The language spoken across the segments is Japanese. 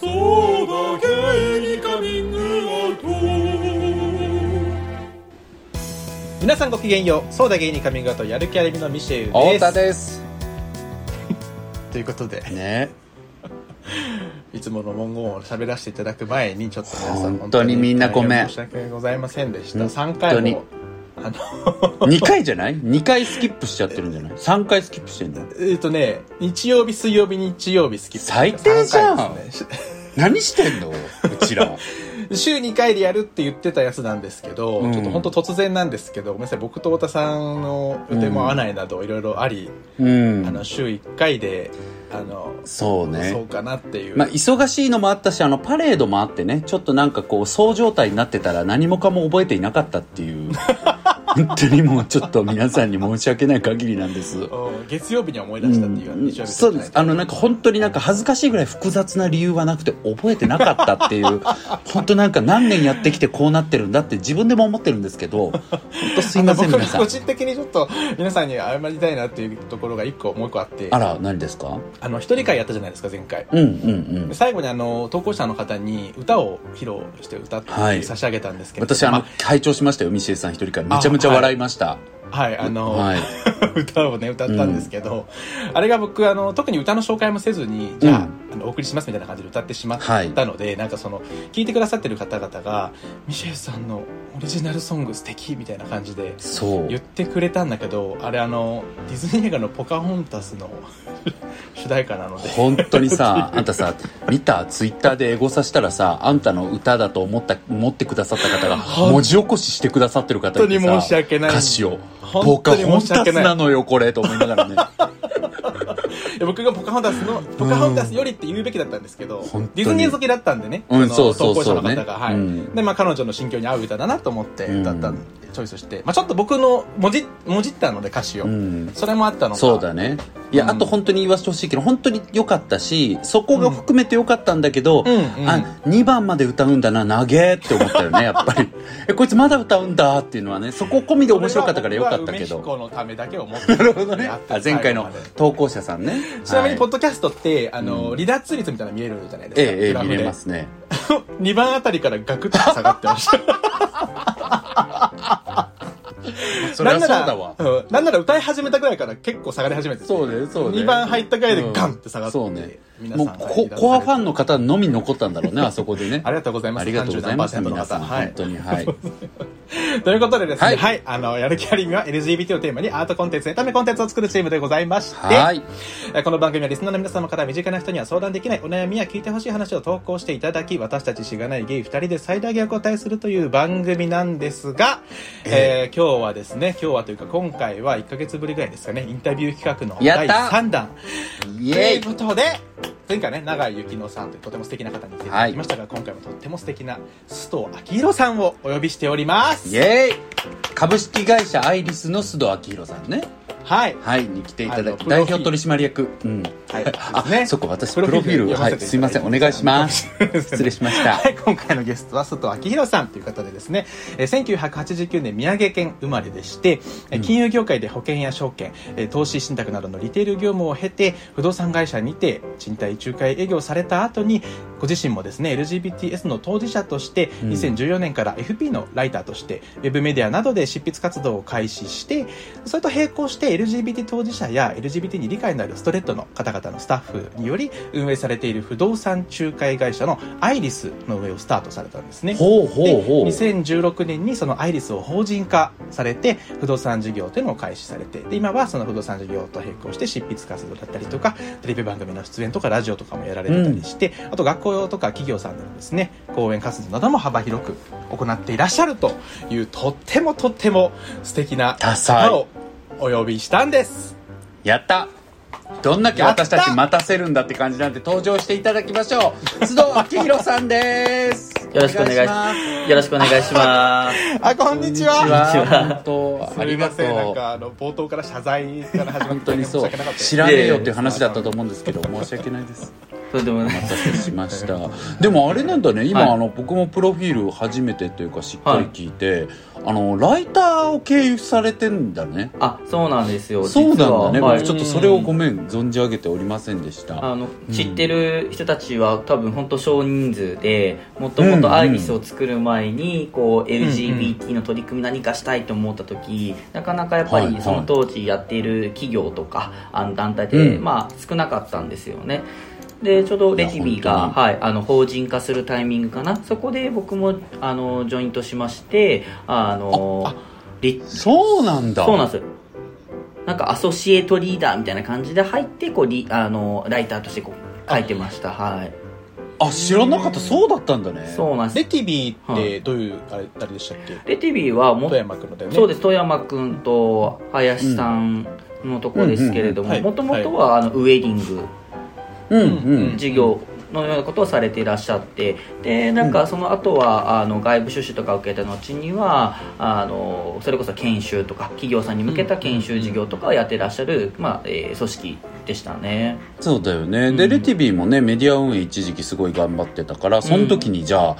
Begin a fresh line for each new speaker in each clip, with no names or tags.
そうだけにカミングアウト
皆さんごきげんようそうだ芸人カミングアウトやる気ありみのミシェウで
太田
す
です
ということで
ね
いつもの文言を喋らせていただく前にちょっと皆さん
本当にみんなごめん
大変申し訳ございませんでした
本
3
当
回
に
もあの
2回じゃない ?2 回スキップしちゃってるんじゃない ?3 回スキップしてんの
えっとね日曜日水曜日日曜日好き
最低じゃん
すね
何してんのうちら
週2回でやるって言ってたやつなんですけど、
うん
ちょっと本当突然なんですけどごめんなさい僕と太田さんの予定も合わないなどいろいろあ り、
う
あ
ん
の週1回であの
そう
そう
ね
かなっていう、
まあ忙しいのもあったしあのパレードもあってねちょっとなんかこうそう状態になってたら何もかも覚えていなかったっていう 本当にもうちょっと皆さんに申し訳ない限りなんです
うん月曜日に思い出したっていう、日曜日
そうですあのなんか本当になんか恥ずかしいぐらい複雑な理由はなくて覚えてなかったっていう 本当なんか何年やってきてこうなってるんだって自分でも思ってるんですけど本当すいません
あの
皆さ
僕個
ん
人的にちょっと皆さんに謝りたいなっていうところが1個もう1個あって
あら何ですか
あの一人会やったじゃないですか前回
うんうんうん
で最後にあの投稿者の方に歌を披露して歌って
はい
差し上げたんですけど、
私あの
ま
拝聴しましたよミシエさん一人からめちゃめちゃ
あはい
笑いました
あはいあの、
はい
歌をね歌ったんですけど、あれが僕あの特に歌の紹介もせずにじゃあ,、あのお送りしますみたいな感じで歌ってしまったので、なんかその聞いてくださってる方々が「ミシェルさんのオリジナルソング素敵みたいな感じで
そう
言ってくれたんだけどあれあのディズニー映画の「ポカホンタス」の 主題歌なので
本当にさあんたさ見たツイッターでエゴさしたらさあんたの歌だと思った思ってくださった方が
本当
文字起こししてくださってる方てさ
本当に申し訳ない
歌詞をポ
本当
カ
に
ホ
申
ン
し
タ
訳
ス
ない
なのよこれと思いながらね
いや僕がポカホンタスの、ポカホンタスよりって言うべきだったんですけど、
本当に
ディズニー好きだったんでね、
うん
の
そうそうそう
投稿者の方が、はい。
ねうん
で、まあ彼女の心境に合う歌だなと思って歌った、
うん
チョイスして、まあちょっと僕のもじ、もじったので歌詞を。
うん
それもあったのか
そうだねいや、
うん
あと本当に言わせてほしいけど本当に良かったしそこが含めて良かったんだけど、
うんうん
あ2番まで歌うんだな長えって思ったよねやっぱり えこいつまだ歌うんだっていうのはねそこ込みで面白かったから良かったけど
これは僕は梅彦のためだけを持って。な
なるほどね。あ前回の
最後まで
投稿者さんね。
ちなみに、ポ
はい
ッドキャストって、あの、離脱率みたいなの見えるじゃないです
え
か。
え、え
グラ
え、
フ
見
で
れますね。
2番あたりからガクッと下がってました。
そりゃそうだわ。
なんなら、うんなんなら歌い始めたぐらいから結構下がり始めてて
そうね、そうね。
2番入ったぐらいでガンって下がって、
そうね。
皆さ
も
ん
う
が
コ、コアファンの方のみ残ったんだろうね、あそこでね。
ありがとうございます
ありがとうございます、
30%の方
皆さん。
はい
本当に、はい。
ということでですね、は、
はいい
あの、やる気ありみは LGBT をテーマにアートコンテンツ、エンタメコンテンツを作るチームでございまして、
はい。
この番組はリスナーの皆様から身近な人には相談できないお悩みや聞いてほしい話を投稿していただき、私たちしがないゲイ2人で最大限お答えするという番組なんですが、えー今日はですね、今日はというか今回は1ヶ月ぶりぐらいですかね、インタビュー企画の
や
第
った
3弾。
イ
とい
エ
うことで、前回ね、長井幸乃さんというとても素敵な方に来ていただきましたが、今回もとっても素敵な須藤昭弘さんをお呼びしておりま
イイ
す。
エイ株式会社アイリスの須藤明弘さんね。
はい。
はい、に来ていただ
あの
き、
プロフ
代
ィー
表取締役。うん。
はい
あ、
ですね
そっか、私、プロフィール。
プロフ
は
ィール読ませ
い、
ていただいて
すいません、お願いします。 失礼しました
は。い、今回のゲストは外明弘さんという方でですね、えー1989年宮城県生まれでして、えー金融業界で保険や証券、えー投資信託などのリテール業務を経て、不動産会社にて賃貸仲介営業をされた後に、ご自身もですね、LGBTS の当事者として、
うん
2014年から FP のライターとして、ウェブメディアなどで執筆活動を開始して、それと並行して LGBT 当事者や LGBT に理解のあるストレートの方々のスタッフにより運営されている不動産仲介会社のアイリスの運営をスタートされたんですね。
ほうほうほ
で
う。
2016年にそのアイリスを法人化されて不動産事業というのを開始されてで今はその不動産事業と並行して執筆活動だったりとかテレビ番組の出演とかラジオとかもやられてたりして、あと学校とか企業さんでのですね講演活動なども幅広く行っていらっしゃるというとってもとっても素敵な
多
方
彩
を。お呼びしたんです
やったどんだけ
やった
私たち待たせるんだって感じなんで登場していただきましょう須藤明宏さんです
よろしくお願いします。よろしくお願いします。
あこん
こん
にち
にち
は
こんにちは
本当あ
すみ
りが
ま
と
せんなん
う
かあの冒頭から謝罪から始まって
本当に
申し
そう
訳なかったです
知らねえよっていう話だったと思うんですけど申し訳ないです
とんでも
お
ない
待たせしましたでもあれなんだね今、
はい
あの僕もプロフィール初めてというかしっかり聞いて、あのライターを経由されてんだね
あそうなんですよ
そうなんだね、
実ははい
僕ちょっとそれをごめん存じ上げておりませんでした
あの知ってる人たちは多分本当少人数でもともとアイリスを作る前にこう
うん
LGBT の取り組み何かしたいと思った時なかなかやっぱ
はいはい
りその当時やっている企業とかあの団体で
うん
まあ少なかったんですよね。でちょうどレティビーが、
本当
はい、あの法人化するタイミングかなそこで僕もあのジョイントしましてあの立
そうなんだ
そうなんですよなんかアソシエイトリーダーみたいな感じで入ってこうリあのライターとしてこう書いてましたはい
あ知らなかったそうだったんだね
そうなんで
レ
す
ティビーってどういう、あれ誰でしたっけ
レティビーはも
富山君のだよね
そうです富山君と林さんのところですけれど
うんう
も
んうん
もともとはあのウェディング
うんうん
事業のようなことをされていらっしゃってでなんかその後はあの外部出資とか受けた後にはあのそれこそ研修とか企業さんに向けた研修事業とかをやってらっしゃる、まあえー組織でしたね
そうだよね、で
うん
レティビーもねメディア運営一時期すごい頑張ってたからその時にじゃあ、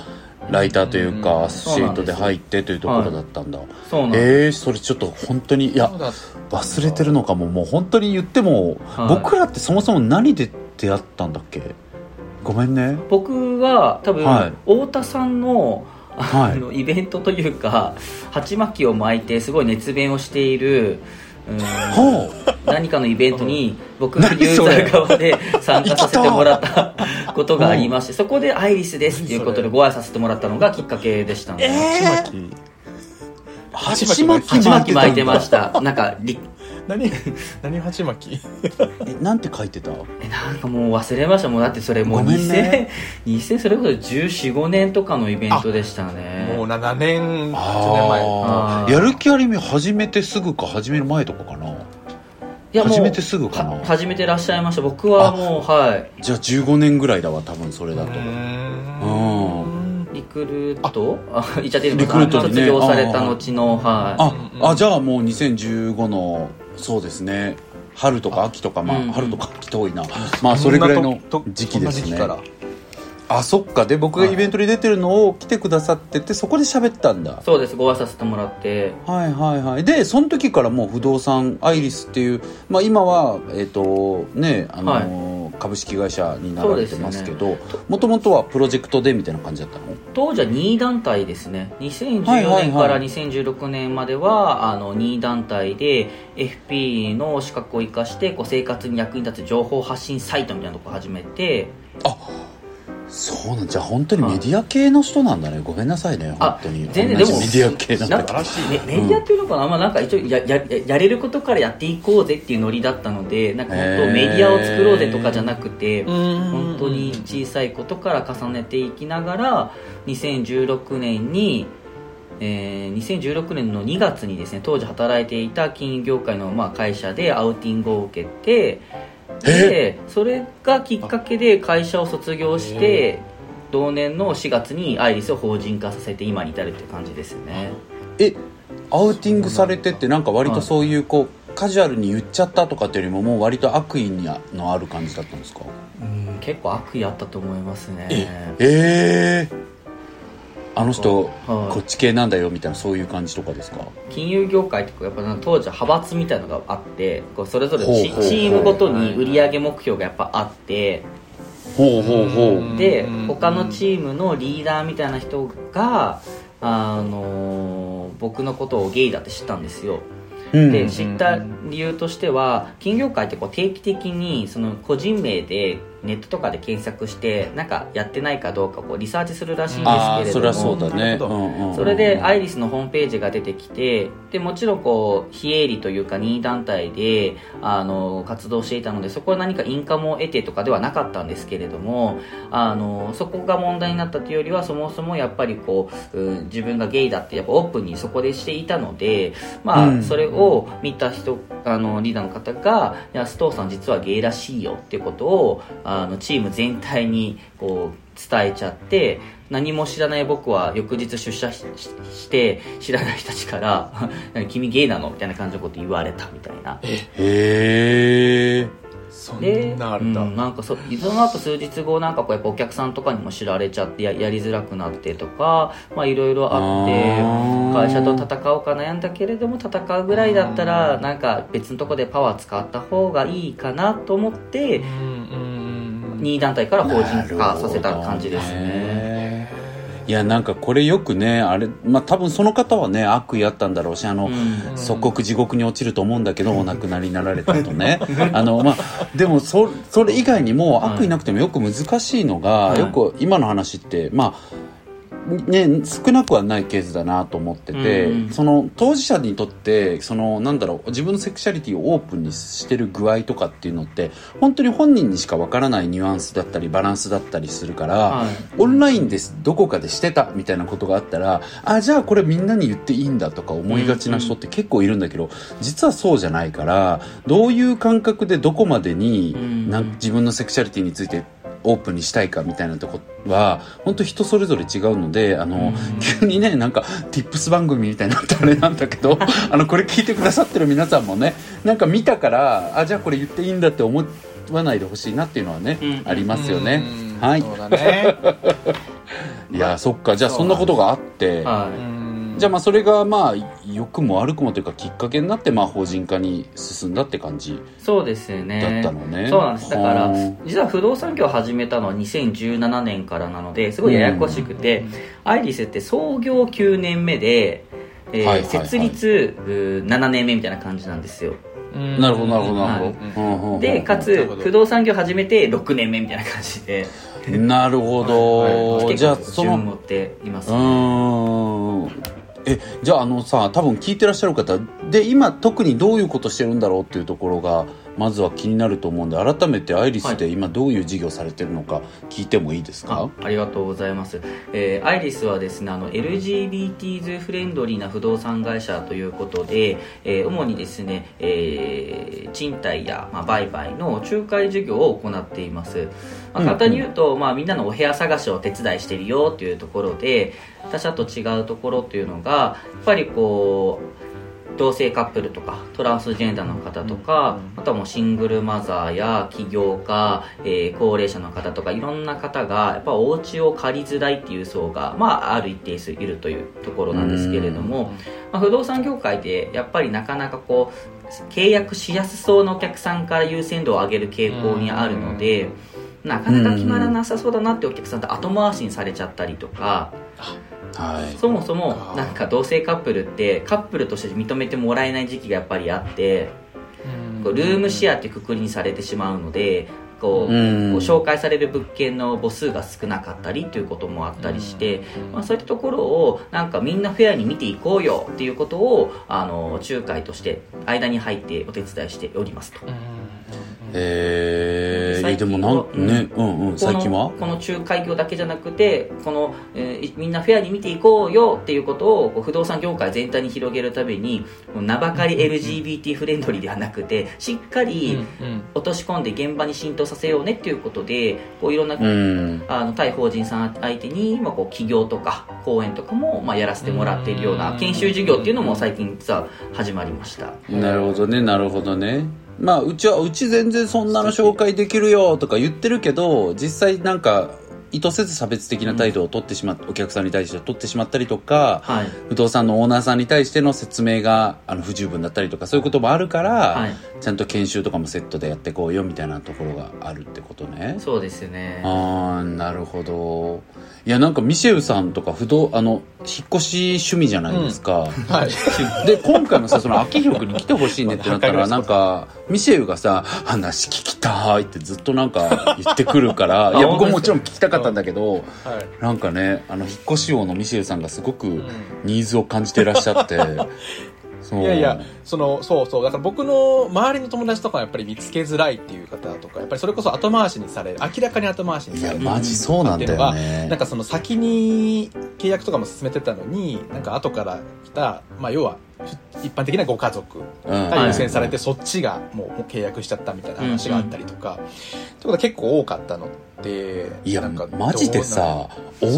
ライターという
うん
か、アソシエイトで入ってというところだったんだ。
そうなん
え
です
ー、それちょっと本当に、いや
そう、だ
忘れてるのかももう本当に言っても、
はい
僕らってそもそも何で出会ったんだっけごめんね
僕は多分、
はい
太田さんの
はい
あのイベントというか鉢巻きを巻いてすごい熱弁をしている うん
ほう
何かのイベントに僕がユ
何
ーザ
それ
ー側で参加させてもらったことがありましてそこで「アイリスです」っていうことでご挨拶させてもらったのがきっかけでしたので
え
鉢巻き
ー、鉢巻き
鉢巻き巻いてま
し
したなんかり
何何鉢巻き
たえなんて書いてた
えなんかもう忘れましたもうだってそれもう
ごめん
2000、
ね
2000それこそ1415年とかのイベントでしたね
もう7年8年前
あ
あ
あ
ー
やる気ありみ始めてすぐか始める前とかかない
やもう
始めてすぐかな
は始めてらっしゃいました僕はもうはい
じゃあ15年ぐらいだわ多分それだと
ーん
リクルートあ言っちゃっていいの
リ
か
クルート
な
にね
卒業された後のは
ああじゃあもう2015のそうですね春とか秋とかまあ、
うん
春とか秋遠いなまあそれぐらいの時期です
そん
ね
なから
あそっかで僕がイベントに出てるのを来てくださっててそこで喋ったんだ
いそうですご挨拶してもらって
はいはいはいでその時からもう不動産アイリスっていう、まあ、今はえっ、とねあのー株式会社になられてますけどもともとはプロジェクトでみたいな感じだったの
当時は2団体ですね
はいは
2014
い
年か
は
ら
い
2016年まではあの2団体で FP の資格を生かしてこう生活に役に立つ情報発信サイトみたいなとこ始めて
そうなんじゃあ本当にメディア系の人なんだねごめんなさいね本
あ
当に
全然
同じ
で
メデ
も
ィア系なんだ
なん
けど
かメメディアっていうのかな、まあ、なんか一応ややややれることからやっていこうぜっていうノリだったのでなんか本
へ
当
ー
メディアを作ろうぜとかじゃなくて
本
本当に小さいことから重ねていきながら2016年に、えー2016年の2月にですね当時働いていた金融業界のまあ会社でアウティングを受けてでそれがきっかけで会社を卒業して同年の4月にアイリスを法人化させて今に至るって感じですね
えアウティングされてってなんか割とそういうこうカジュアルに言っちゃったとかっていうよりももう割と悪意にあのある感じだったんですか
うん結構悪意あったと思いますね
ええあの人、
はい
こっち系なんだよみたいなそういう感じとかですか
金融業界ってこうやっぱなんか当時は派閥みたいなのがあってこうそれぞれ
ほう
チ
ほうほう
チームごとに売上目標がやっぱあって
ほうほうほう
で
うん
他のチームのリーダーみたいな人があのー僕のことをゲイだって知ったんですよ
うん
で知った理由としては金業界ってこう定期的にその個人名でネットとかで検索してなんかやってないかどうかこうリサーチするらしいんです
ああ
けれども
それはそうだ
な
ね
るほど
うんうん
それでアイリスのホームページが出てきてでもちろんこう非営利というか任意団体であの活動していたのでそこは何かインカムを得てとかではなかったんですけれどもあのそこが問題になったというよりはそもそもやっぱりこう、うん自分がゲイだってやっぱオープンにそこでしていたのでまあ、
うん
それを見た人あのリーダーの方が「いや須藤さん実はゲイらしいよ」っていうことをあのチーム全体にこう伝えちゃって何も知らない僕は翌日出社ししして知らない人たちから 「何君ゲイなの?」みたいな感じのこと言われたみたいな
へえ
そ
で
んなあるんだ、
うんなんかそその後数日後なんかこうやっぱお客さんとかにも知られちゃってややりづらくなってとかまあいろいろあって
あー
会社と戦おうか悩んだけれども戦うぐらいだったらなんか別のとこでパワー使った方がいいかなと思って
うんうんうん
任意団体から法人化させた感じですね。
いやなんかこれよくねあれまあ多分その方はね悪意あったんだろうしあの、
うん
即刻地獄に落ちると思うんだけどお亡くなりになられたと ねあの、まあ、でもそそれ以外にも
はい
悪意なくてもよく難しいのが、
はい
よく今の話ってまあね、少なくはないケースだなと思ってて、
うん
その当事者にとってそのなんだろう自分のセクシャリティをオープンにしてる具合とかっていうのって本当に本人にしかわからないニュアンスだったりバランスだったりするから、
はい
オンラインですどこかでしてたみたいなことがあったらあじゃあこれみんなに言っていいんだとか思いがちな人って結構いるんだけど、実はそうじゃないからどういう感覚でどこまでに、
うん
なん自分のセクシャリティについてオープンにしたいかみたいなとこは本当人それぞれ違うのであの、急にねなんか tips 番組みたいになったあれなんだけどあのこれ聞いてくださってる皆さんもねなんか見たからあじゃあこれ言っていいんだって思わないでほしいなっていうのはね、
うん
ありますよね。
うん
はい
そうだね、
いやーそっかじゃあそんなことがあって、
はい
うん
じゃあまあそれがまあ良くも悪くもというかきっかけになってまあ法人化に進んだって感じ
そうです
だ
ね
ったのね、
そうなんですだから
はー
実は不動産業を始めたのは2017年からなのですごいややこしくて、アイリスって創業9年目で、えー
はいはいはい
設立うー7年目みたいな感じなんですよ
うん
なるほどなるほどなる
うん
ほど、うんうんうん
でか
なる
つ
ほど
不動産業始めて6年目みたいな感じで
なるほど、
結
じゃあ
構
そ
順
の
を追っています
うーんえじゃああのさ多分聞いてらっしゃる方で今特にどういうことしてるんだろうっていうところがまずは気になると思うんで改めてアイリスで今どういう事業されてるのか聞いてもいいですか、
あありがとうございます、えーアイリスはですねあの LGBT フレンドリーな不動産会社ということで、えー主にですね、えー賃貸や、まあ、売買の仲介事業を行っています、まあ、簡単に言うと、まあ、みんなのお部屋探しをお手伝いしてるよというところで他社と違うところというのがやっぱりこう同性カップルとかトランスジェンダーの方とか、あとはもうシングルマザーや起業家、えー高齢者の方とかいろんな方がやっぱお家を借りづらいっていう層が、まあ、ある一定数いるというところなんですけれども、まあ、不動産業界でやっぱりなかなかこう契約しやすそうなお客さんから優先度を上げる傾向にあるので。なかなか決まらなさそうだなってお客さんって後回しにされちゃったりとか、
はい
そもそも
あー
なんか同性カップルってカップルとして認めてもらえない時期がやっぱりあってこうルームシェアっていうくくりにされてしまうのでこう
うん
こう紹介される物件の母数が少なかったりということもあったりして、まあ、そういったところをなんかみんなフェアに見ていこうよっていうことをあの仲介として間に入ってお手伝いしておりますと。
えー、え
最
で
近
も
は
なんねうんうん
こ
最
の
近は
この仲介業だけじゃなくてこの、えーいみんなフェアに見ていこうよっていうことをこう不動産業界全体に広げるためにこう名ばかり LGBT フレンドリーではなくてしっかり落とし込んで現場に浸透させようねっていうことでこういろんな、
うん
あの対法人さん相手に、まあ、こう企業とか講演とかも、まあ、やらせてもらっているよう
う
なん研修事業っていうのも最近実は始まりました。
なるほどねなるほどねまあうちはうち全然そんなの紹介できるよとか言ってるけど実際なんか意図せず差別的な態度を取ってしまっお客さんに対して取ってしまったりとか
はい
不動産のオーナーさんに対しての説明があの不十分だったりとかそういうこともあるから、
はい
ちゃんと研修とかもセットでやってこうよみたいなところがあるってことね
そうですね
ああなるほどいやなんかミシェウさんとか不動あの引っ越し趣味じゃないですか、
は い
で今回もさその秋広君に来てほしいねってなったらなんかミシェルがさ「話聞きたい」ってずっとなんか言ってくるから
あ
いや僕
本当で
も
すか
もちろん聞きたかったんだけど
はい
なんかねあの引っ越し王のミシェルさんがすごく
ん
ニーズを感じてらっしゃ ってそう
いやいや、その、そうそう。だから僕の周りの友達とかはやっぱり見つけづらいっていう方とか、やっぱりそれこそ後回しにされる。明らかに後回しに
い
さ
や
れる。
マジそうなんだよね
なんかその先に契約とかも進めてたのに、なんか後から来た、まあ要は一般的なご家族
うん
が優先されて、そっちがもうもう契約しちゃったみたいな話があったりとか、ってことは結構多かったのって
いや
なんか
マジで
どうな
さ
の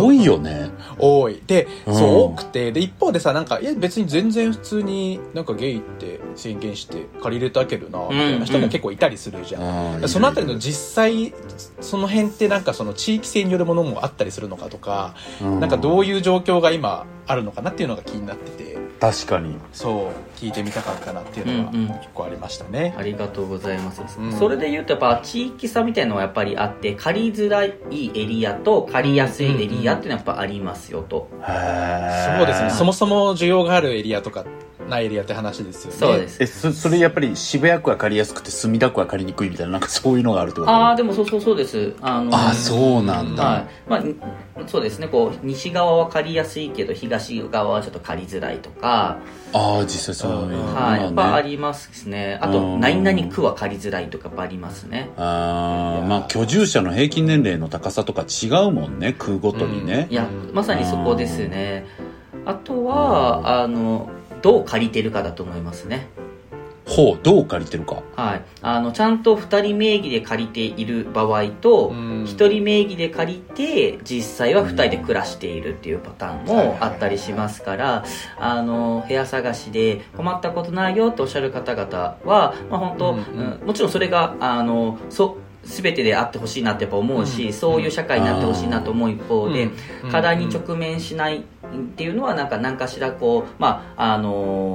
多いよね
多いで、
う
そう
ん
多くてで一方でさなんかいや別に全然普通になんかゲイって宣言して借りれたけどなみたいな人も結構いたりするじゃん、
うん
そのあたりの実際その辺ってなんかその地域性によるものもあったりするのかとか、なんかどう
い
いう状況が今あるのかなっていうのが気になってて
うん確かに
そう聞いてみたかったなっていうのは
うんうん
結構ありましたね、
ありがとうございます、
うん
それで言うとやっぱ地域差みたいなのはやっぱりあって借りづらいエリアと借りやすいエリアっていうのはやっぱありますよと、
そう
そう
ですねそもそも需要があるエリアとかないエリアって話ですよね
そうです
えそそれやっぱり渋谷区は借りやすくて墨田区は借りにくいみたいななんかそういうのがあるってこと
ああでもそうそうそうですあの
あーそうなんだ、
はいまあに、そうですねこう西側は借りやすいけど東側はちょっと借りづらいとか、
ああ実際そういうの
はい、やっぱ
あ
あ
るね
りますねあ
う
と
ん
何々区は借りづらいとかやっぱありますね
あーまあ居住者の平均年齢の高さとか違うもんね区ごとにね
い、やまさにそこですねあとはあのどう借りてるかだと思いますね
ほうどう借りてるか
はい、あのちゃんと2人名義で借りている場合と、
うん
1人名義で借りて実際は2人で暮らしているっていうパターンもあったりしますからあの部屋探しで困ったことないよっておっしゃる方々は、まあ、本当、
うんうん
うんもちろんそれがあのそ全てであってほしいなってやっぱ思うし、
うん
そういう社会になってほしいなと思う一方で、
うん
課題に直面しないっていうのはなんか何かしらこうまああ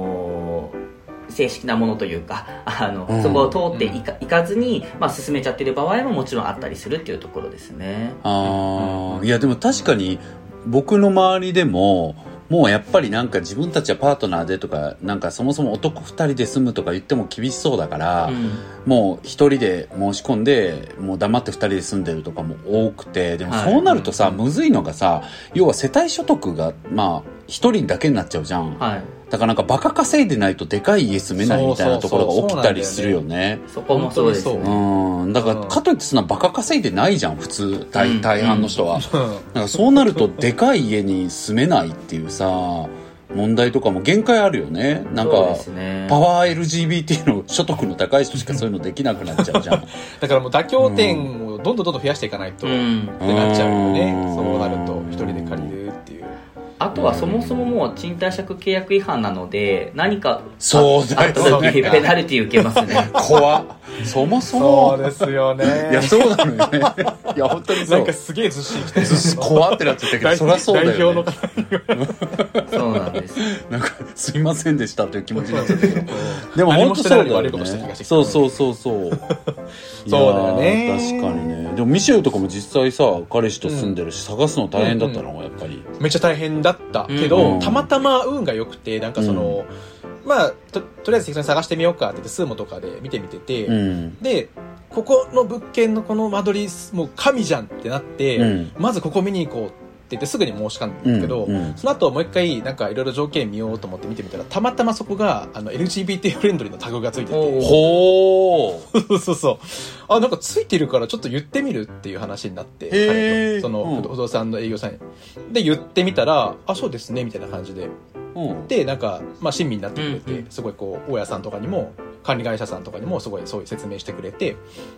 のー正式なものというかあの、
うん
そこを通っていかいかずに、まあ、進めちゃってる場合ももちろんあったりするっていうところですね。
ああいやでも確かに僕の周りでももうやっぱりなんか自分たちはパートナーでとかなんかそもそも男2人で住むとか言っても厳しそうだから、
うん
もう一人で申し込んでもう黙って二人で住んでるとかも多くてでも
はい
そうなるとさ、むずいのがさ要は世帯所得がまあ一人だけになっちゃうじゃん、
はい、
だからなんかバカ稼いでないとでかい家住めないみたいなところが起きたりするよね
そこもそうです
本当に
ね
そ
うんだから
うん
かといってそんなバカ稼いでないじゃん普通
う
大
ん
大半の人は、
うん
なんかそうなるとでかい家に住めないっていうさ問題とかも限界あるよねなん
そう
か
ですね
パワー LGBT の所得の高い人しかそういうのできなくなっちゃうじ ゃん
だからもう妥協点をどんどんどんどん増やしていかないと、
うん
ってなっちゃうよ
う
ね
ん
そうなると一人で借りるっていう
あとはそもそももう賃貸借契約違反なので何か
そうだよね
あった時ペナルティ受けますね
怖っそもそ
そ
も
うですよね
いやそうなのよねいや本当に
な
そ
ん
う
かすげえずっしりきてる
怖ってなっちゃったけど そりゃそうだ
代
よ、
表
ね
の、方
そうなんです
なんかすいませんでしたという気持ちになっちゃったけどで
で
も本当そうだ
悪
よ
いことしてる気が
ね
して
そうそうそうそう
そうだよね
いやー確かにねでもミシェルとかも実際さ彼氏と住んでるし、探すの大変だったのがやっぱり、
めっちゃ大変だったけ
う
ど
ん
たまたま運が良くてなんかそのまあととりあえず適当に探してみようかって言ってスーモとかで見てみてて
うん
でここの物件のこの間取りもう神じゃんってなって、
うん
まずここ見に行こうって言ってすぐに申し込んだんだけど、
うんうん
その後もう一回なんかいろいろ条件見ようと思って見てみたらたまたまそこがあの LGBT フレンドリーのタグがついて
お
て
ほー
そうそうそうあなんかついてるからちょっと言ってみるっていう話になって
へー
彼とその
うん
不動産の営業さんにで言ってみたらあそうですねみたいな感じで
うん
でなんか、まあ、親身になってくれて、
うんうん
すごいこう大家さんとかにも管理会社さんとかにもすごいそういう説明してくれて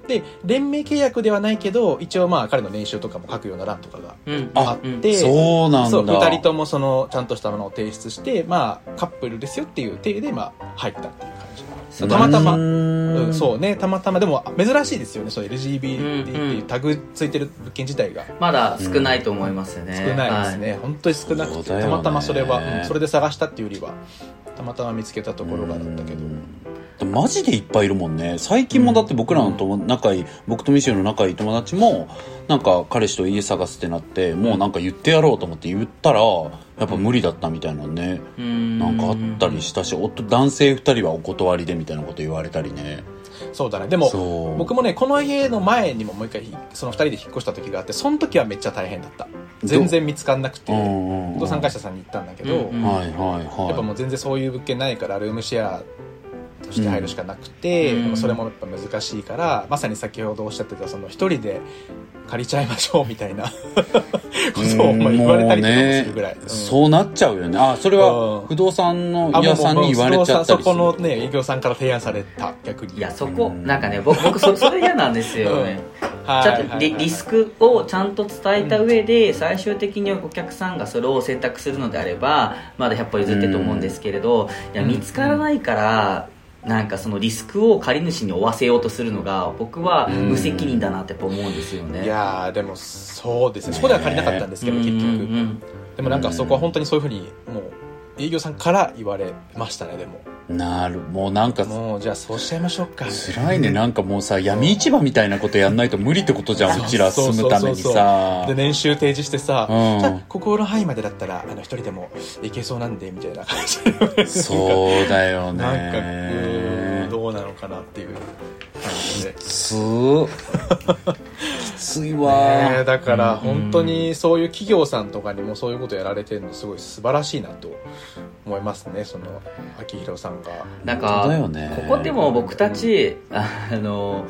で連盟契約ではないけど一応まあ彼の年収とかも書くような欄とかが
うん
あ
うん
で
そうなんだ
そう2人ともそのちゃんとしたものを提出してまあカップルですよっていう体でまあ入ったっていう感じそうたまたま、
う
うん
ーん
そうねたまたまでも珍しいですよねそう LGBT って
うんう
いうんタグついてる物件自体が
まだ少ないと思いますね、
少ないですね、本当に少なく
そう
て、
だよね
たまたまそれは、うんそれで探したっていうよりはたまたま見つけたところがだったけど
でもマジでいっぱいいるもんね最近もだって僕らのと仲いい僕とミシェルの仲いい友達もなんか彼氏と家探すってなってもうなんか言ってやろうと思って言ったらやっぱ無理だったみたいなね
はい、うん
なんかあったりしたし夫男性2人はお断りでみたいなこと言われたりね
そうだねでも
そう
僕もねこの家の前にももう一回その2人で引っ越した時があってその時はめっちゃ大変だった全然見つかんなくて
うんうんうん
不動産会社さんに行ったんだけど、
うんうん
はいはいはい
やっぱもう全然そういう物件ないからルームシェアとして入るしかなくて、
うん
でもそれもやっぱ難しいからまさに先ほどおっしゃってたその一人で借りちゃいましょうみたいな ことをまあ言われたりとかもするぐらい、
もうね
うん
そうなっちゃうよねあそれ
う
は
ん
不動産の
あ
屋さんに言われちゃったりす
もう
る
もうそこのね営業さんから提案された逆に
いやそこなんかね僕僕そそれ嫌なんですよね
はい
ちゃ
は
んと
いはい
リ
はい
リスクをちゃんと伝えた上で最終的にお客さんがそれを選択するのであればまだ100歩譲ってと思うんですけれどいや
うん
見つからないからなんかそのリスクを借り主に負わせようとするのが僕は無責任だなってやっぱ思うんですよね。
いやーでもそうですねそこでは足りなかったんですけど、結
うん
局
うんうん
でもなんかそこは本当にそういうふうにもう営業さんから言われましたねでも
なるもうなんか
もうじゃあそうしちゃいましょうか
辛いねなんかもうさ闇市場みたいなことやんないと無理ってことじゃん
そう
うちら住むために
そうそうそ
さ
うで年収提示してさ、
うん
じゃあここの範囲までだったらあの一人でもいけそうなんでみたいな感じで
そうだよ
なんかうー
ね
んどうなのかなっていう感じで
きつーきつい
ねえ
わ
だから本当にそういう企業さんとかにもそういうことやられてるのすごい素晴らしいなと思いますねその秋広さんが
なん
本当だよ
か
ね
ここでも僕たちあの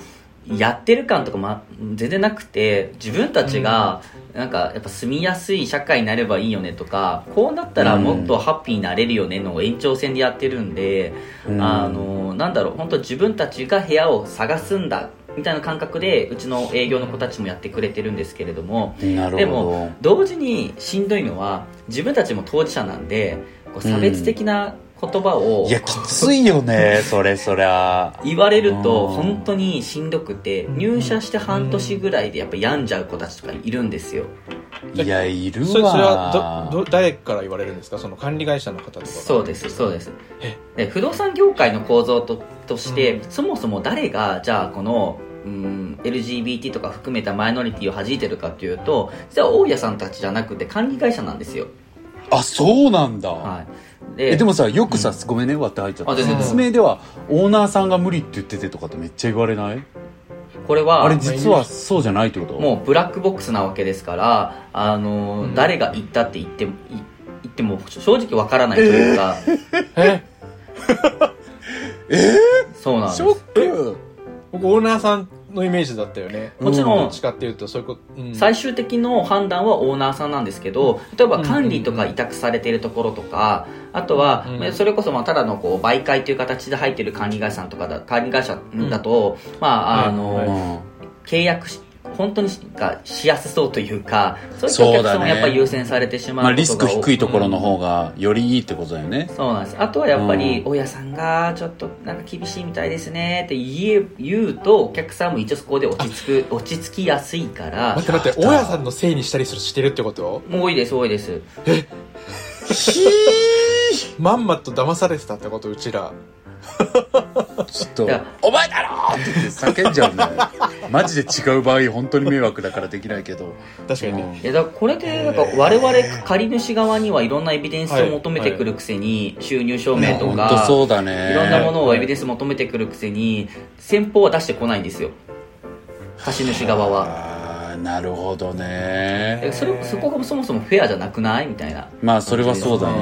やってる感とか、ま、全然なくて自分たちがなんかやっぱ住みやすい社会になればいいよねとかこうなったらもっとハッピーになれるよねの延長線でやってるんで、
うん
あのなんだろう本当自分たちが部屋を探すんだみたいな感覚でうちの営業の子たちもやってくれてるんですけれども、
な
で
るほ
も同時にしんどいのは自分たちも当事者なんでこう差別的な言葉を、
どいやきついよねそれそりゃ
言われると
うん
本当にしんどくて入社して半年ぐらいでやっぱ病んじゃう子たちとかいるんですよ
いやいるわ
それそれはどど誰から言われるんですかその管理会社の方とかが
そうですそうです
え
で不動産業界の構造ととして、
う
そもそも誰がじゃあこのうん LGBT とか含めたマイノリティを弾いてるかというと実は大家さんたちじゃなくて管理会社なんですよ、
あそうなんだ、
はい、
え
で
でもさよくさ、ごめんね割って入っちゃっ
あ
た
全然
説明ではオーナーさんが無理って言っててとかってめっちゃ言われない
これは
あれ実はそうじゃないってこと
もうブラックボックスなわけですから、あの
う
ー
ん
誰が言ったって言ってもい言っても正直わからないというか、
え
そうなんで
シ
す
ョック
僕オーナーさんのイメージだったよね
もち
ど
ろん
っちかっていうとそういうこと、うん
最終的の判断はオーナーさんなんですけど例えば
うん
管理とか委託されてるところとかあとは
うん
まあそれこそまあただのこう媒介という形で入ってる管理会社さんとかだ管理会社だと、まああのー、
はい
契約し本当にしがしやすそうというかそういったお客さん
そうだ
も
ね
やっぱり優先されてしま
ま
うこ
あ、
とが
リスク低いところ
うん
の方がよりいいってことだよね、
そうなんですあとはやっぱ
う
り
ん
大家さんがちょっとなんか厳しいみたいですねって言え言うとお客さんも一応そこで落ち着く落ち着きやすいから
待って待って大家さんのせいにしたりするしてるってこと
もう多いです多いです
まんまと騙されてたってことうちら
ちょっと
いや
「お前だろ!」って言って叫んじゃうねマジで違う場合本当に迷惑だからできないけど
確かにね、
いやだからこれでなんか我々借り主側にはいろんなエビデンスを求めてくるくせに収入証明と
本当
か
そうだね
いろんなものをエビデンス求めてくるくせに先方は出してこないんですよ貸主側は
ああなるほどね
えそれそこがそもそもフェアじゃなくないみたいな
まあそれはそうだね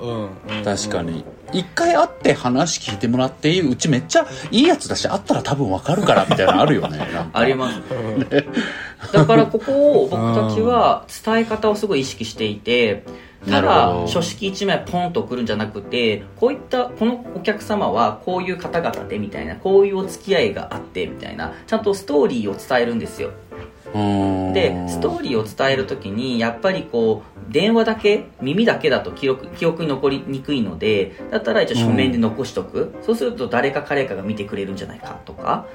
うん、うん
確かに一回会って話聞いてもらってうちめっちゃいいやつだし会ったら多分わかるからみたいなのあるよねなんか
あります
うん
だからここを僕たちは伝え方をすごい意識していてた
なるほ
だ
ど
書式1枚ポンと送るんじゃなくてこういったこのお客様はこういう方々でみたいなこういうお付き合いがあってみたいなちゃんとストーリーを伝えるんですよ
うん
でストーリーを伝える時にやっぱりこう電話だけ耳だけだと記録記憶に残りにくいのでだったら一応書面で残しとく、そうすると誰か彼かが見てくれるんじゃないかとか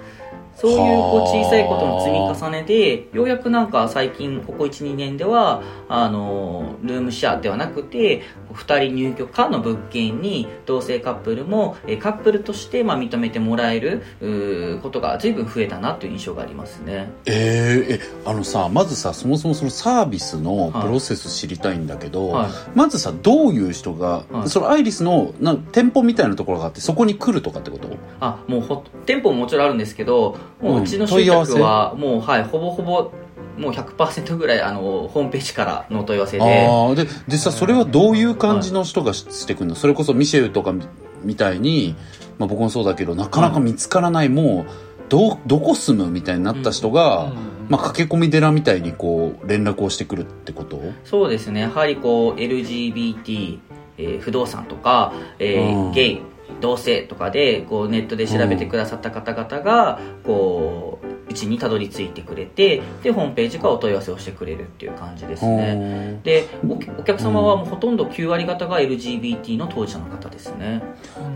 そういうこう
はあ
小さいことの積み重ねでようやくなんか最近ここ12年ではあのルームシェアではなくて2人入居可の物件に同性カップルもえカップルとしてまあ認めてもらえるうーことが随分増えたなという印象がありますね。
えーえあのさまずさそもそもそのサービスのプロセス知りたいんだけど、
はい
まずさどういう人が、
はい
そのアイリスのなん店舗みたいなところがあってそこに来るとかってこと
あもうほ店舗ももちろんあるんですけどもう
うん
うちの集客はもう、はい、ほぼほぼもう100%ぐらいあのホームページからのお問い合わせで
ああででさそれはどういう感じの人がししてくるの、それこそミシェルとかみみたいに、まあ、僕もそうだけどなかなか見つからない、もうどうどこ住むみたいになった人が、まあ、駆け込み寺みたいにこう連絡をしてくるってこと
そうですねやはりこう LGBT、えー不動産とか、えー
うん
ゲイ同性とかでこうネットで調べてくださった方々がこううちにたどり着いてくれてでホームページからお問い合わせをしてくれるっていう感じですね
ね
でおお客様はもうほとんど9割方が LGBT の当事者の方ですね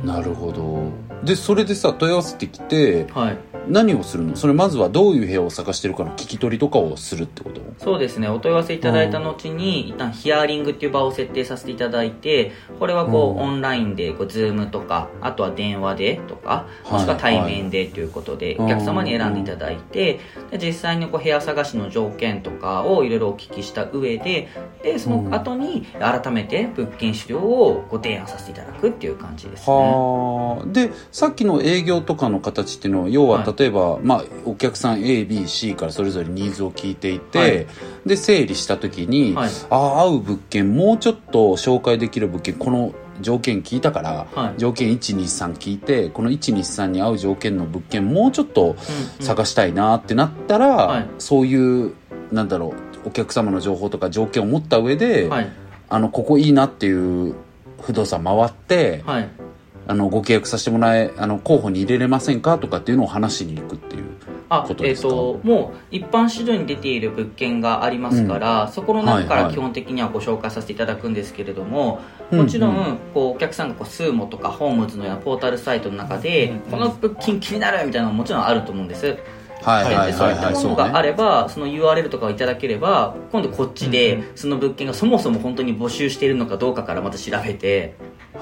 なるほどでそれでさ問い合わせてきて
はい
何をするのそれまずはどういう部屋を探してるかの聞き取りとかをするってこと
そうですねお問い合わせいただいた後に一旦ヒアリングっていう場を設定させていただいてこれはこう
うん
オンラインでこう Zoom とかあとは電話でとか
はい
もしくは対面でということで
うん
お客様に選んでいただいてで実際にこう部屋探しの条件とかをいろいろお聞きした上ででその後に改めて物件資料をご提案させていただくっていう感じですね。
はあでさっきの営業とかの形っていうのは要は
はい
例えば、まあ、お客さん ABC からそれぞれニーズを聞いていて、
はい
で整理した時に、
はい
ああ合う物件もうちょっと紹介できる物件この条件聞いたから、
はい
条件123聞いてこの123に合う条件の物件もうちょっと
うん
探したいなってなったら、
はい
そういうなんだろうお客様の情報とか条件を持った上で、
はい
あのここいいなっていう不動産回って、
はい
あのご契約させてもらえあの候補に入れれませんかとかっていうのを話しに行くっていう
あ
こと
え
で
っ
すか
ともう一般市場に出ている物件がありますから、そこの中か
はいは
ら
い
基本的にはご紹介させていただくんですけれども、
うん
もちろん、
う
こうお客さんがこうスーモとかホームズのようなポータルサイトの中で、
うん
この物件気になるみたいなのももちろんあると思うんです、
はい
はい
はい
でそう
はいい
った
はい
も
そう
の
ね
があればその URL とかをいただければ今度こっちで、
うん
その物件がそもそも本当に募集しているのかどうかからまた調べて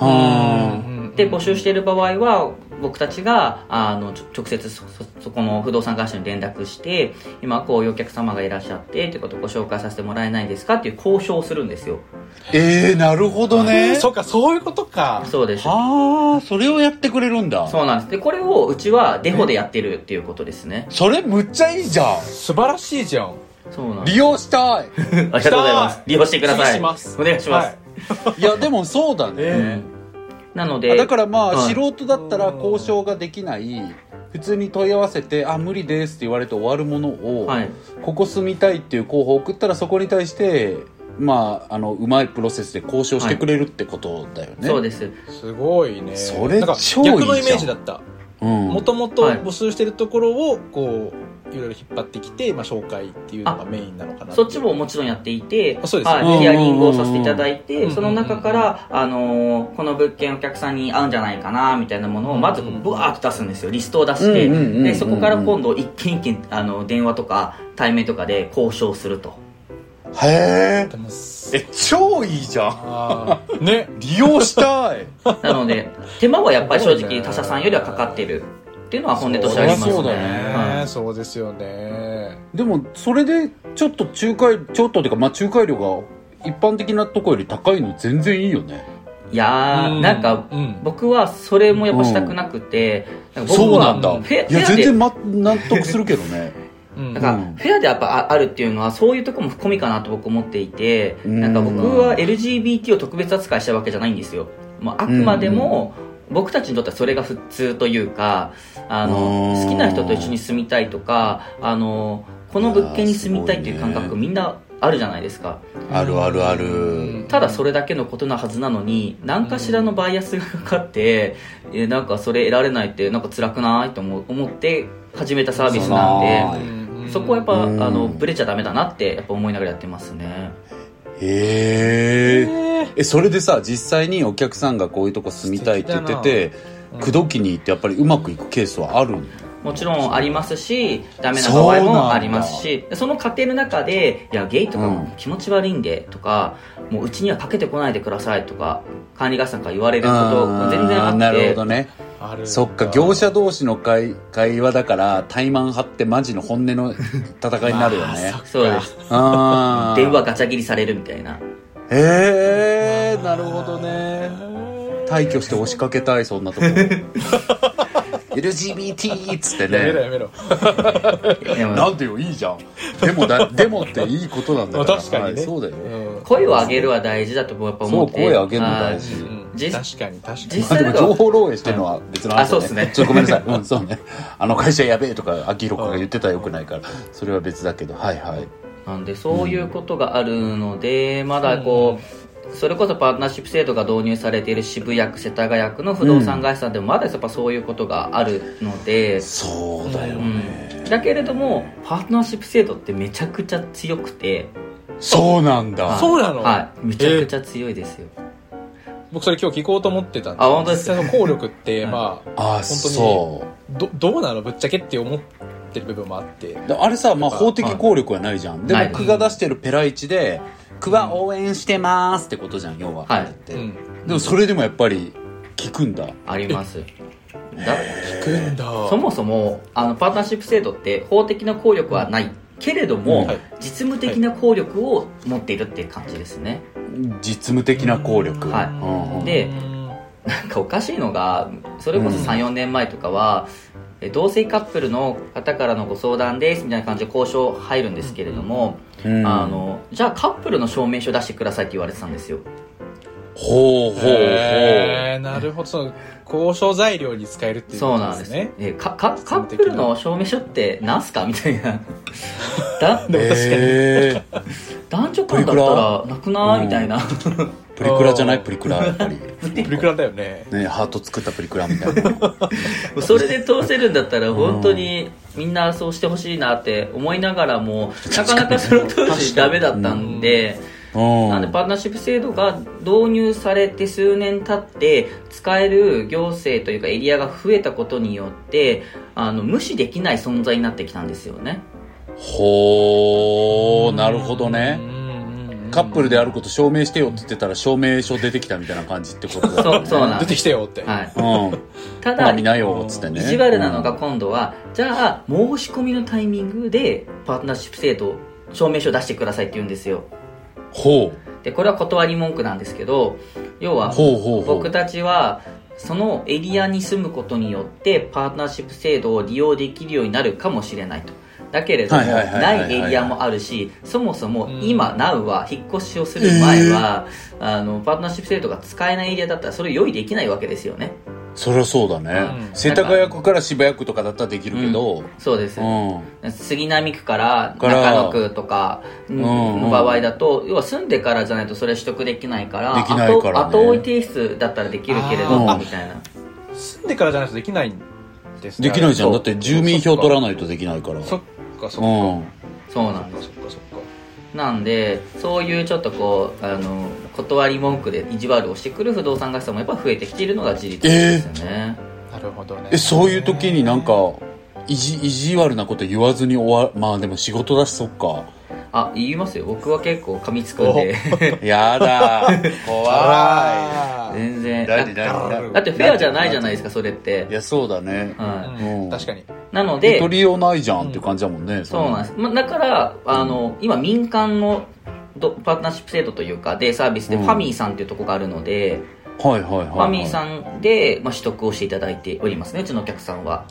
は
で募集している場合は僕たちがあのちょ直接そそそこの不動産会社に連絡して今こういうお客様がいらっしゃってということをご紹介させてもらえないですかっていう交渉をするんですよ
あえー、なるほどね
そうか、そういうことか。
そうです
はあそれをやってくれるんだ
そうなんですでこれをうちはデフォでやってるっていうことですね
それむっちゃいいじゃん
素晴らしいじゃん。
そうなんです
利用したい
ありがとうございます利用してください
します
お願いします、
はい
いやでもそうだね、
え
なの
あ
で
だからまあ、
はい
素人だったら交渉ができない普通に問い合わせて「あ無理です」って言われて終わるものを、
はい
ここ住みたいっていう候補を送ったらそこに対してまああのうまいプロセスで交渉してくれるってことだよね、
そうです
すごいね。
それ
なんか
超いいじゃん
逆のイメージだった。
うん、
もともと
はい
募集してるところを、こう、いろいろ引っ張ってきて、まあ、紹介っていうのがメインなのかな
そっちももちろんやっていて、
あそうですよね
はい、ヒアリング
う
を
ん
させていただい
うん
て、その中から、あのーこの物件お客さんに合うんじゃないかな、みたいなものを、まずこうブワーッと出すんですよ。リストを出して、
うんうんうんうん
でそこから今度、一件一件、あの、電話とか、対面とかで交渉すると。
へえ
でもす
え超いいじゃん
あーね。
利用したい
なので、手間はやっぱり正
すごい
直
ね
他社さんよりはかかってるっていうのは本音としてありますね。
そりゃそうだね
はい
そうですよね。
でもそれでちょっと仲介ちょっとっていうかまあ仲介料が一般的なとこより高いの全然いいよね
いや
う
ー、
ん
なんか
うん、
僕はそれもやっぱしたくなくて、なんか僕
そう
は
なんだ
フェ
いや
フェアで
全然、ま、納得するけどね
うん
なんか、
うん
フェアでやっぱああるっていうのは、そういうとこも含みかなと僕思っていて、
うん
なんか僕は LGBT を特別扱いしたわけじゃないんですよ。まあ、あくまでも、僕たちにとってはそれが普通というか、あの、
うん
好きな人と一緒に住みたいとか、あの、この物件に住みたいっていう
い
感
やーすご
覚みんなあるじゃないですか。
あるあるある
うん
ただそれだけのことなはずなのに、何かしらのバイアスがかかって、えなんかそれ得られないって、なんか辛くないと思う思って始めたサービスなんで
そう、
う
なん
そこはやっぱ、
うん
あのブレちゃダメだなってやっぱ思いながらやってますね
へえ
えー
えそれでさ実際にお客さんがこういうとこ住みたいって言ってて
だな
口説きに行ってやっぱりうまくいくケースはあるんだ
もちろんありますしダメな場合
そうなんだ
もありますしその過程の中で「いやゲイとか
うん
も気持ち悪いんで」とか、もううちにはかけてこないでください」とか管理会社さんから言われること
あー
も全然あって
なるほどね
ある
そっか業者同士の会会話だから怠慢張ってマジの本音の戦いになるよね
そうです
ああ
電話ガチャ切りされるみたいな
へえなるほどね退去して押しかけたいそん なとこ LGBT っつって
やめろ
ね
やめろ。
でも
なんでよいいじゃんでもだでもっていいことなんだから
まあ確かにね
はいそうだよ、
うん
声を上げるは大事だと僕はやっぱ思って
そう声上げるの大事
はい
うん
実
確かに確かに
実。
まあ、
際
で
だ
も
から
情報漏洩してるのは別の話だ、ね、
あそうっすね
ちょっとごめんなさいうんそうねあの会社やべえとかアキロコが言ってたらよくないからそれは別だけどはいはい
なんでそういうことがあるので、まだこうそれこそパートナーシップ制度が導入されている渋谷区世田谷区の不動産会社さんでもまだやっぱそういうことがあるので、
そうだよ
う
ね、
んだけれどもパートナーシップ制度ってめちゃくちゃ強くて
そうなんだ、
はい
そうなの
はいめちゃくちゃ強いですよ、
僕それ今日聞こうと思ってたんで
あ本当です
実際の効力って、
はい
まあ
ああ
本当に
そ
どどうなのぶっちゃけって思ってる部分もあって
うであれさ、まあ、法的効力はないじゃん、で
ない
僕が出してるペライチで「区は応援してます」ってことじゃん要は、
はい
って
うん
でもそれでもやっぱり聞くんだ
ありますだ
聞くんだ
そもそもあのパートナーシップ制度って法的な効力はないけれども、
うん
はい
実務的な効力を持っているっていう感じですね、
実務的な効力、
はい
うんうん
でなんかおかしいのがそれこそ34年前とかは、え同性カップルの方からのご相談ですみたいな感じで交渉入るんですけれども、
うん
あのじゃあカップルの証明書出してくださいって言われてたんですよ
ほうほうほう、
へーなるほどその交渉材料に使えるっていう
そ
こ
うな
と
ん
で
です
すね
えかかカップルの証明書ってなんすかみたい なだ
えー
男女間だったらなくないみたいな、
プリクラじゃないプリクラやっぱり
プリクラだよね
ねハート作ったプリクラみたい な
それで通せるんだったら本当にみんなそうしてほしいなって思いながらもなかなかその当時ダメだったんで、
うん
なんでパートナーシップ制度が導入されて数年経って使える行政というかエリアが増えたことによってあの無視できない存在になってきたんです よね
ほうなるほどね
うんうんうん
カップルであること証明してよって言ってたら証明書出てきたみたいな感じってことだよ
そう
ね
そうなん
出
で
て
す、
きてよって、
はい、
うん
た
まあ
だ
見なよっつってね
意地悪なのが今度はじゃあ申し込みのタイミングでパートナーシップ制度証明書出してくださいって言うんですよ
ほ
でこれは断り文句なんですけど要
う
は
ほうほうほう
僕たちはそのエリアに住むことによってパートナーシップ制度を利用できるようになるかもしれないとだけれども
はいはいはいはいはい
ないエリアもあるしそもそも
うん
今 NOW は引っ越しをする前は、あのパートナーシップ制度が使えないエリアだったらそれを用意できないわけですよね
そりゃそうだね、
うん
世田谷区から渋谷区とかだったらできるけど、
そうです、
うん
杉並区から
から
中野区とか
んうん
の場合だと要は住んでからじゃないとそれ取得できないから
できないからね
後後追い提出だったらできるけれど
あ
も
ー
みたいな
住んでからじゃないとできないんですね
できないじゃんだって住民票取ら
い
ないとできないから
そっかそっか、
うん
そうなんです
そっかそっか
なんでそういうちょっとこうあの断り文句で意地悪をしてくる不動産会社もやっぱ増えてきているのが事実ですよね、
そっかなるほどね
えそういう時になんか意地意地悪なこと言わずに終わまあでも仕事だしそっ か
あ言いますよ僕は結構噛みつくんで
やだ怖
あー
全然
何
だ
何
何
だってフェアじゃないじゃないですかそれって
い、やそうだね
は
うん
うん
確かに
い、なので
取りようないじゃんっていう感じだもんね、
そうなんです、まあ、だからあの今民間のどパートナーシップ制度というかデイサービスで
うん
ファミーさんっていうところがあるので、
はいはいはい、はい、
ファミーさんで、まあ、取得をしていただいておりますねうちのお客さんは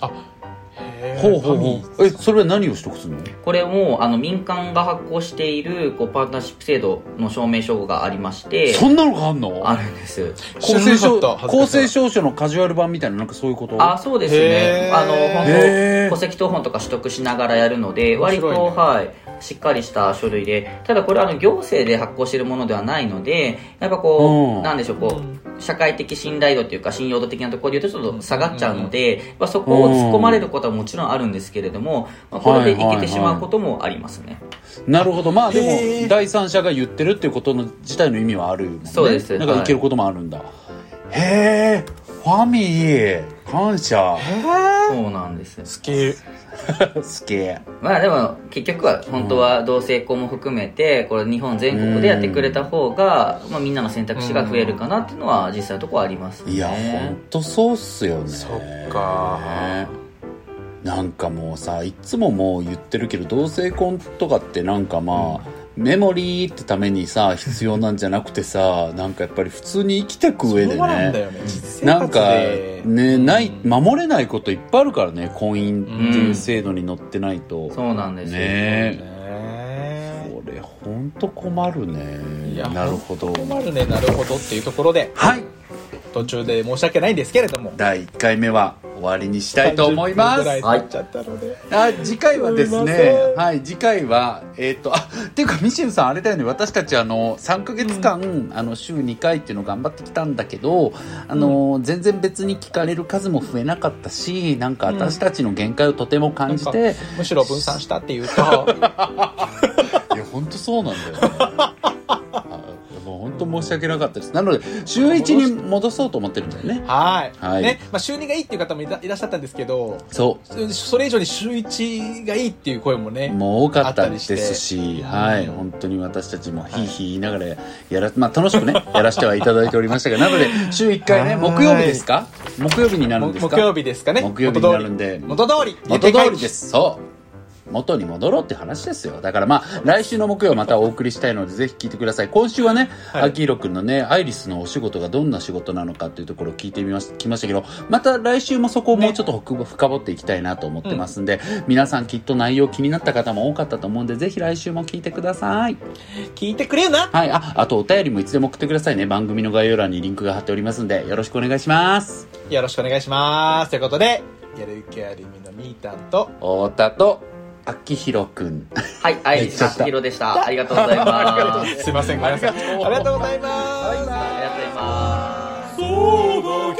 へー
ほうほうほうえそれは何を取得するの
これもあの民間が発行しているこうパートナーシップ制度の証明書がありまして
そんなのがあんの
あるんです
公正
知ら
証
なかった
公正証書のカジュアル版みたいななんかそういうこと
あそうです
へ
ね
ー
あの
へー
本当戸籍謄本とか取得しながらやるので割と、
面白いね
はいしっかりした書類でただこれあの行政で発行しているものではないのでやっぱこう、
うん
なんでしょうこう社会的信頼度というか信用度的なところで言うとちょっと下がっちゃうので、まあ、そこを突っ込まれることはもちろんあるんですけれども、まあ、これでいけてしまうこともありますね、
なるほどまあで
へ
も
ー
第三者が言ってるっていうことの自体の意味はあるもんね
そうです
だからいけることもあるんだ、へえファミリー感謝
そうなんです
スケー ル
すげえ
まあでも結局は本当は同性婚も含めてこれ日本全国でやってくれた方が、まあ、みんなの選択肢が増えるかなっていうのは実際のところありますね
いやほんとそうっすよね
そっか
なんかもうさいつももう言ってるけど同性婚とかってなんかまあ、メモリーってためにさ必要なんじゃなくてさなんかやっぱり普通に生きてく上でね
そうなんだよね実生
なん
活
か
で
ねない
うん
守れないこといっぱいあるからね婚姻っていう制度に乗ってないと、
そうなんですよ
ねえ
ね
これほんと困るね
いや
なるほど
困るねなるほどっていうところで
はい
途中で申し訳ないんですけれども
第1回目は終わりにしたいと思います。
30分ぐらい経っちゃったので。
あ次回はです
すい
ね
ません
はい次回はえっ、とあっていうかミシンさんあれだよね私たちあの3ヶ月間、あの週2回っていうのを頑張ってきたんだけどあの、全然別に聞かれる数も増えなかったしなんか私たちの限界をとても感じて、
むしろ分散したっていう と、
いや本当そうなん だよ、ね、あもう本当申し訳なかったですなので週1に戻そうと思ってるんだよね
はい。
はい
ね。まあ、週2がいいっていう方もいらいらっしゃったんですけど、
そう
そそれ以上に週1がいいっていう声もね。
もう多かったですし
して
はい、
うん
本当に私たちもひいひい言いながらやら、まあ、楽しくねやらせてはいただいておりましたがなので週1回ね
はい
木曜日ですか木曜日になるん
も
ですか
木曜日ですかね。
木曜日になるんで
元通り。
元通り
す
ですそう元に戻ろうって話ですよだからまあ来週の木曜またお送りしたいのでぜひ聞いてください今週はね、
はい
秋広くんのねアイリスのお仕事がどんな仕事なのかっていうところを聞いてみましきましたけどまた来週もそこをもうちょっと深,、深掘っていきたいなと思ってますんで、皆さんきっと内容気になった方も多かったと思うんでぜひ来週も聞いてください
聞いてくれよな
はいああとお便りもいつでも送ってくださいね番組の概要欄にリンクが貼っておりますんでよろしくお願いします
よろしくお願いしますということでやる気ありみのみーたんと
太田と秋広くん
はい、アイリス秋広でした。ありがとうござ います。ありがとうございます
すいませんごめんなさいありがとうございます
ありがとうございま
そう
す。
だ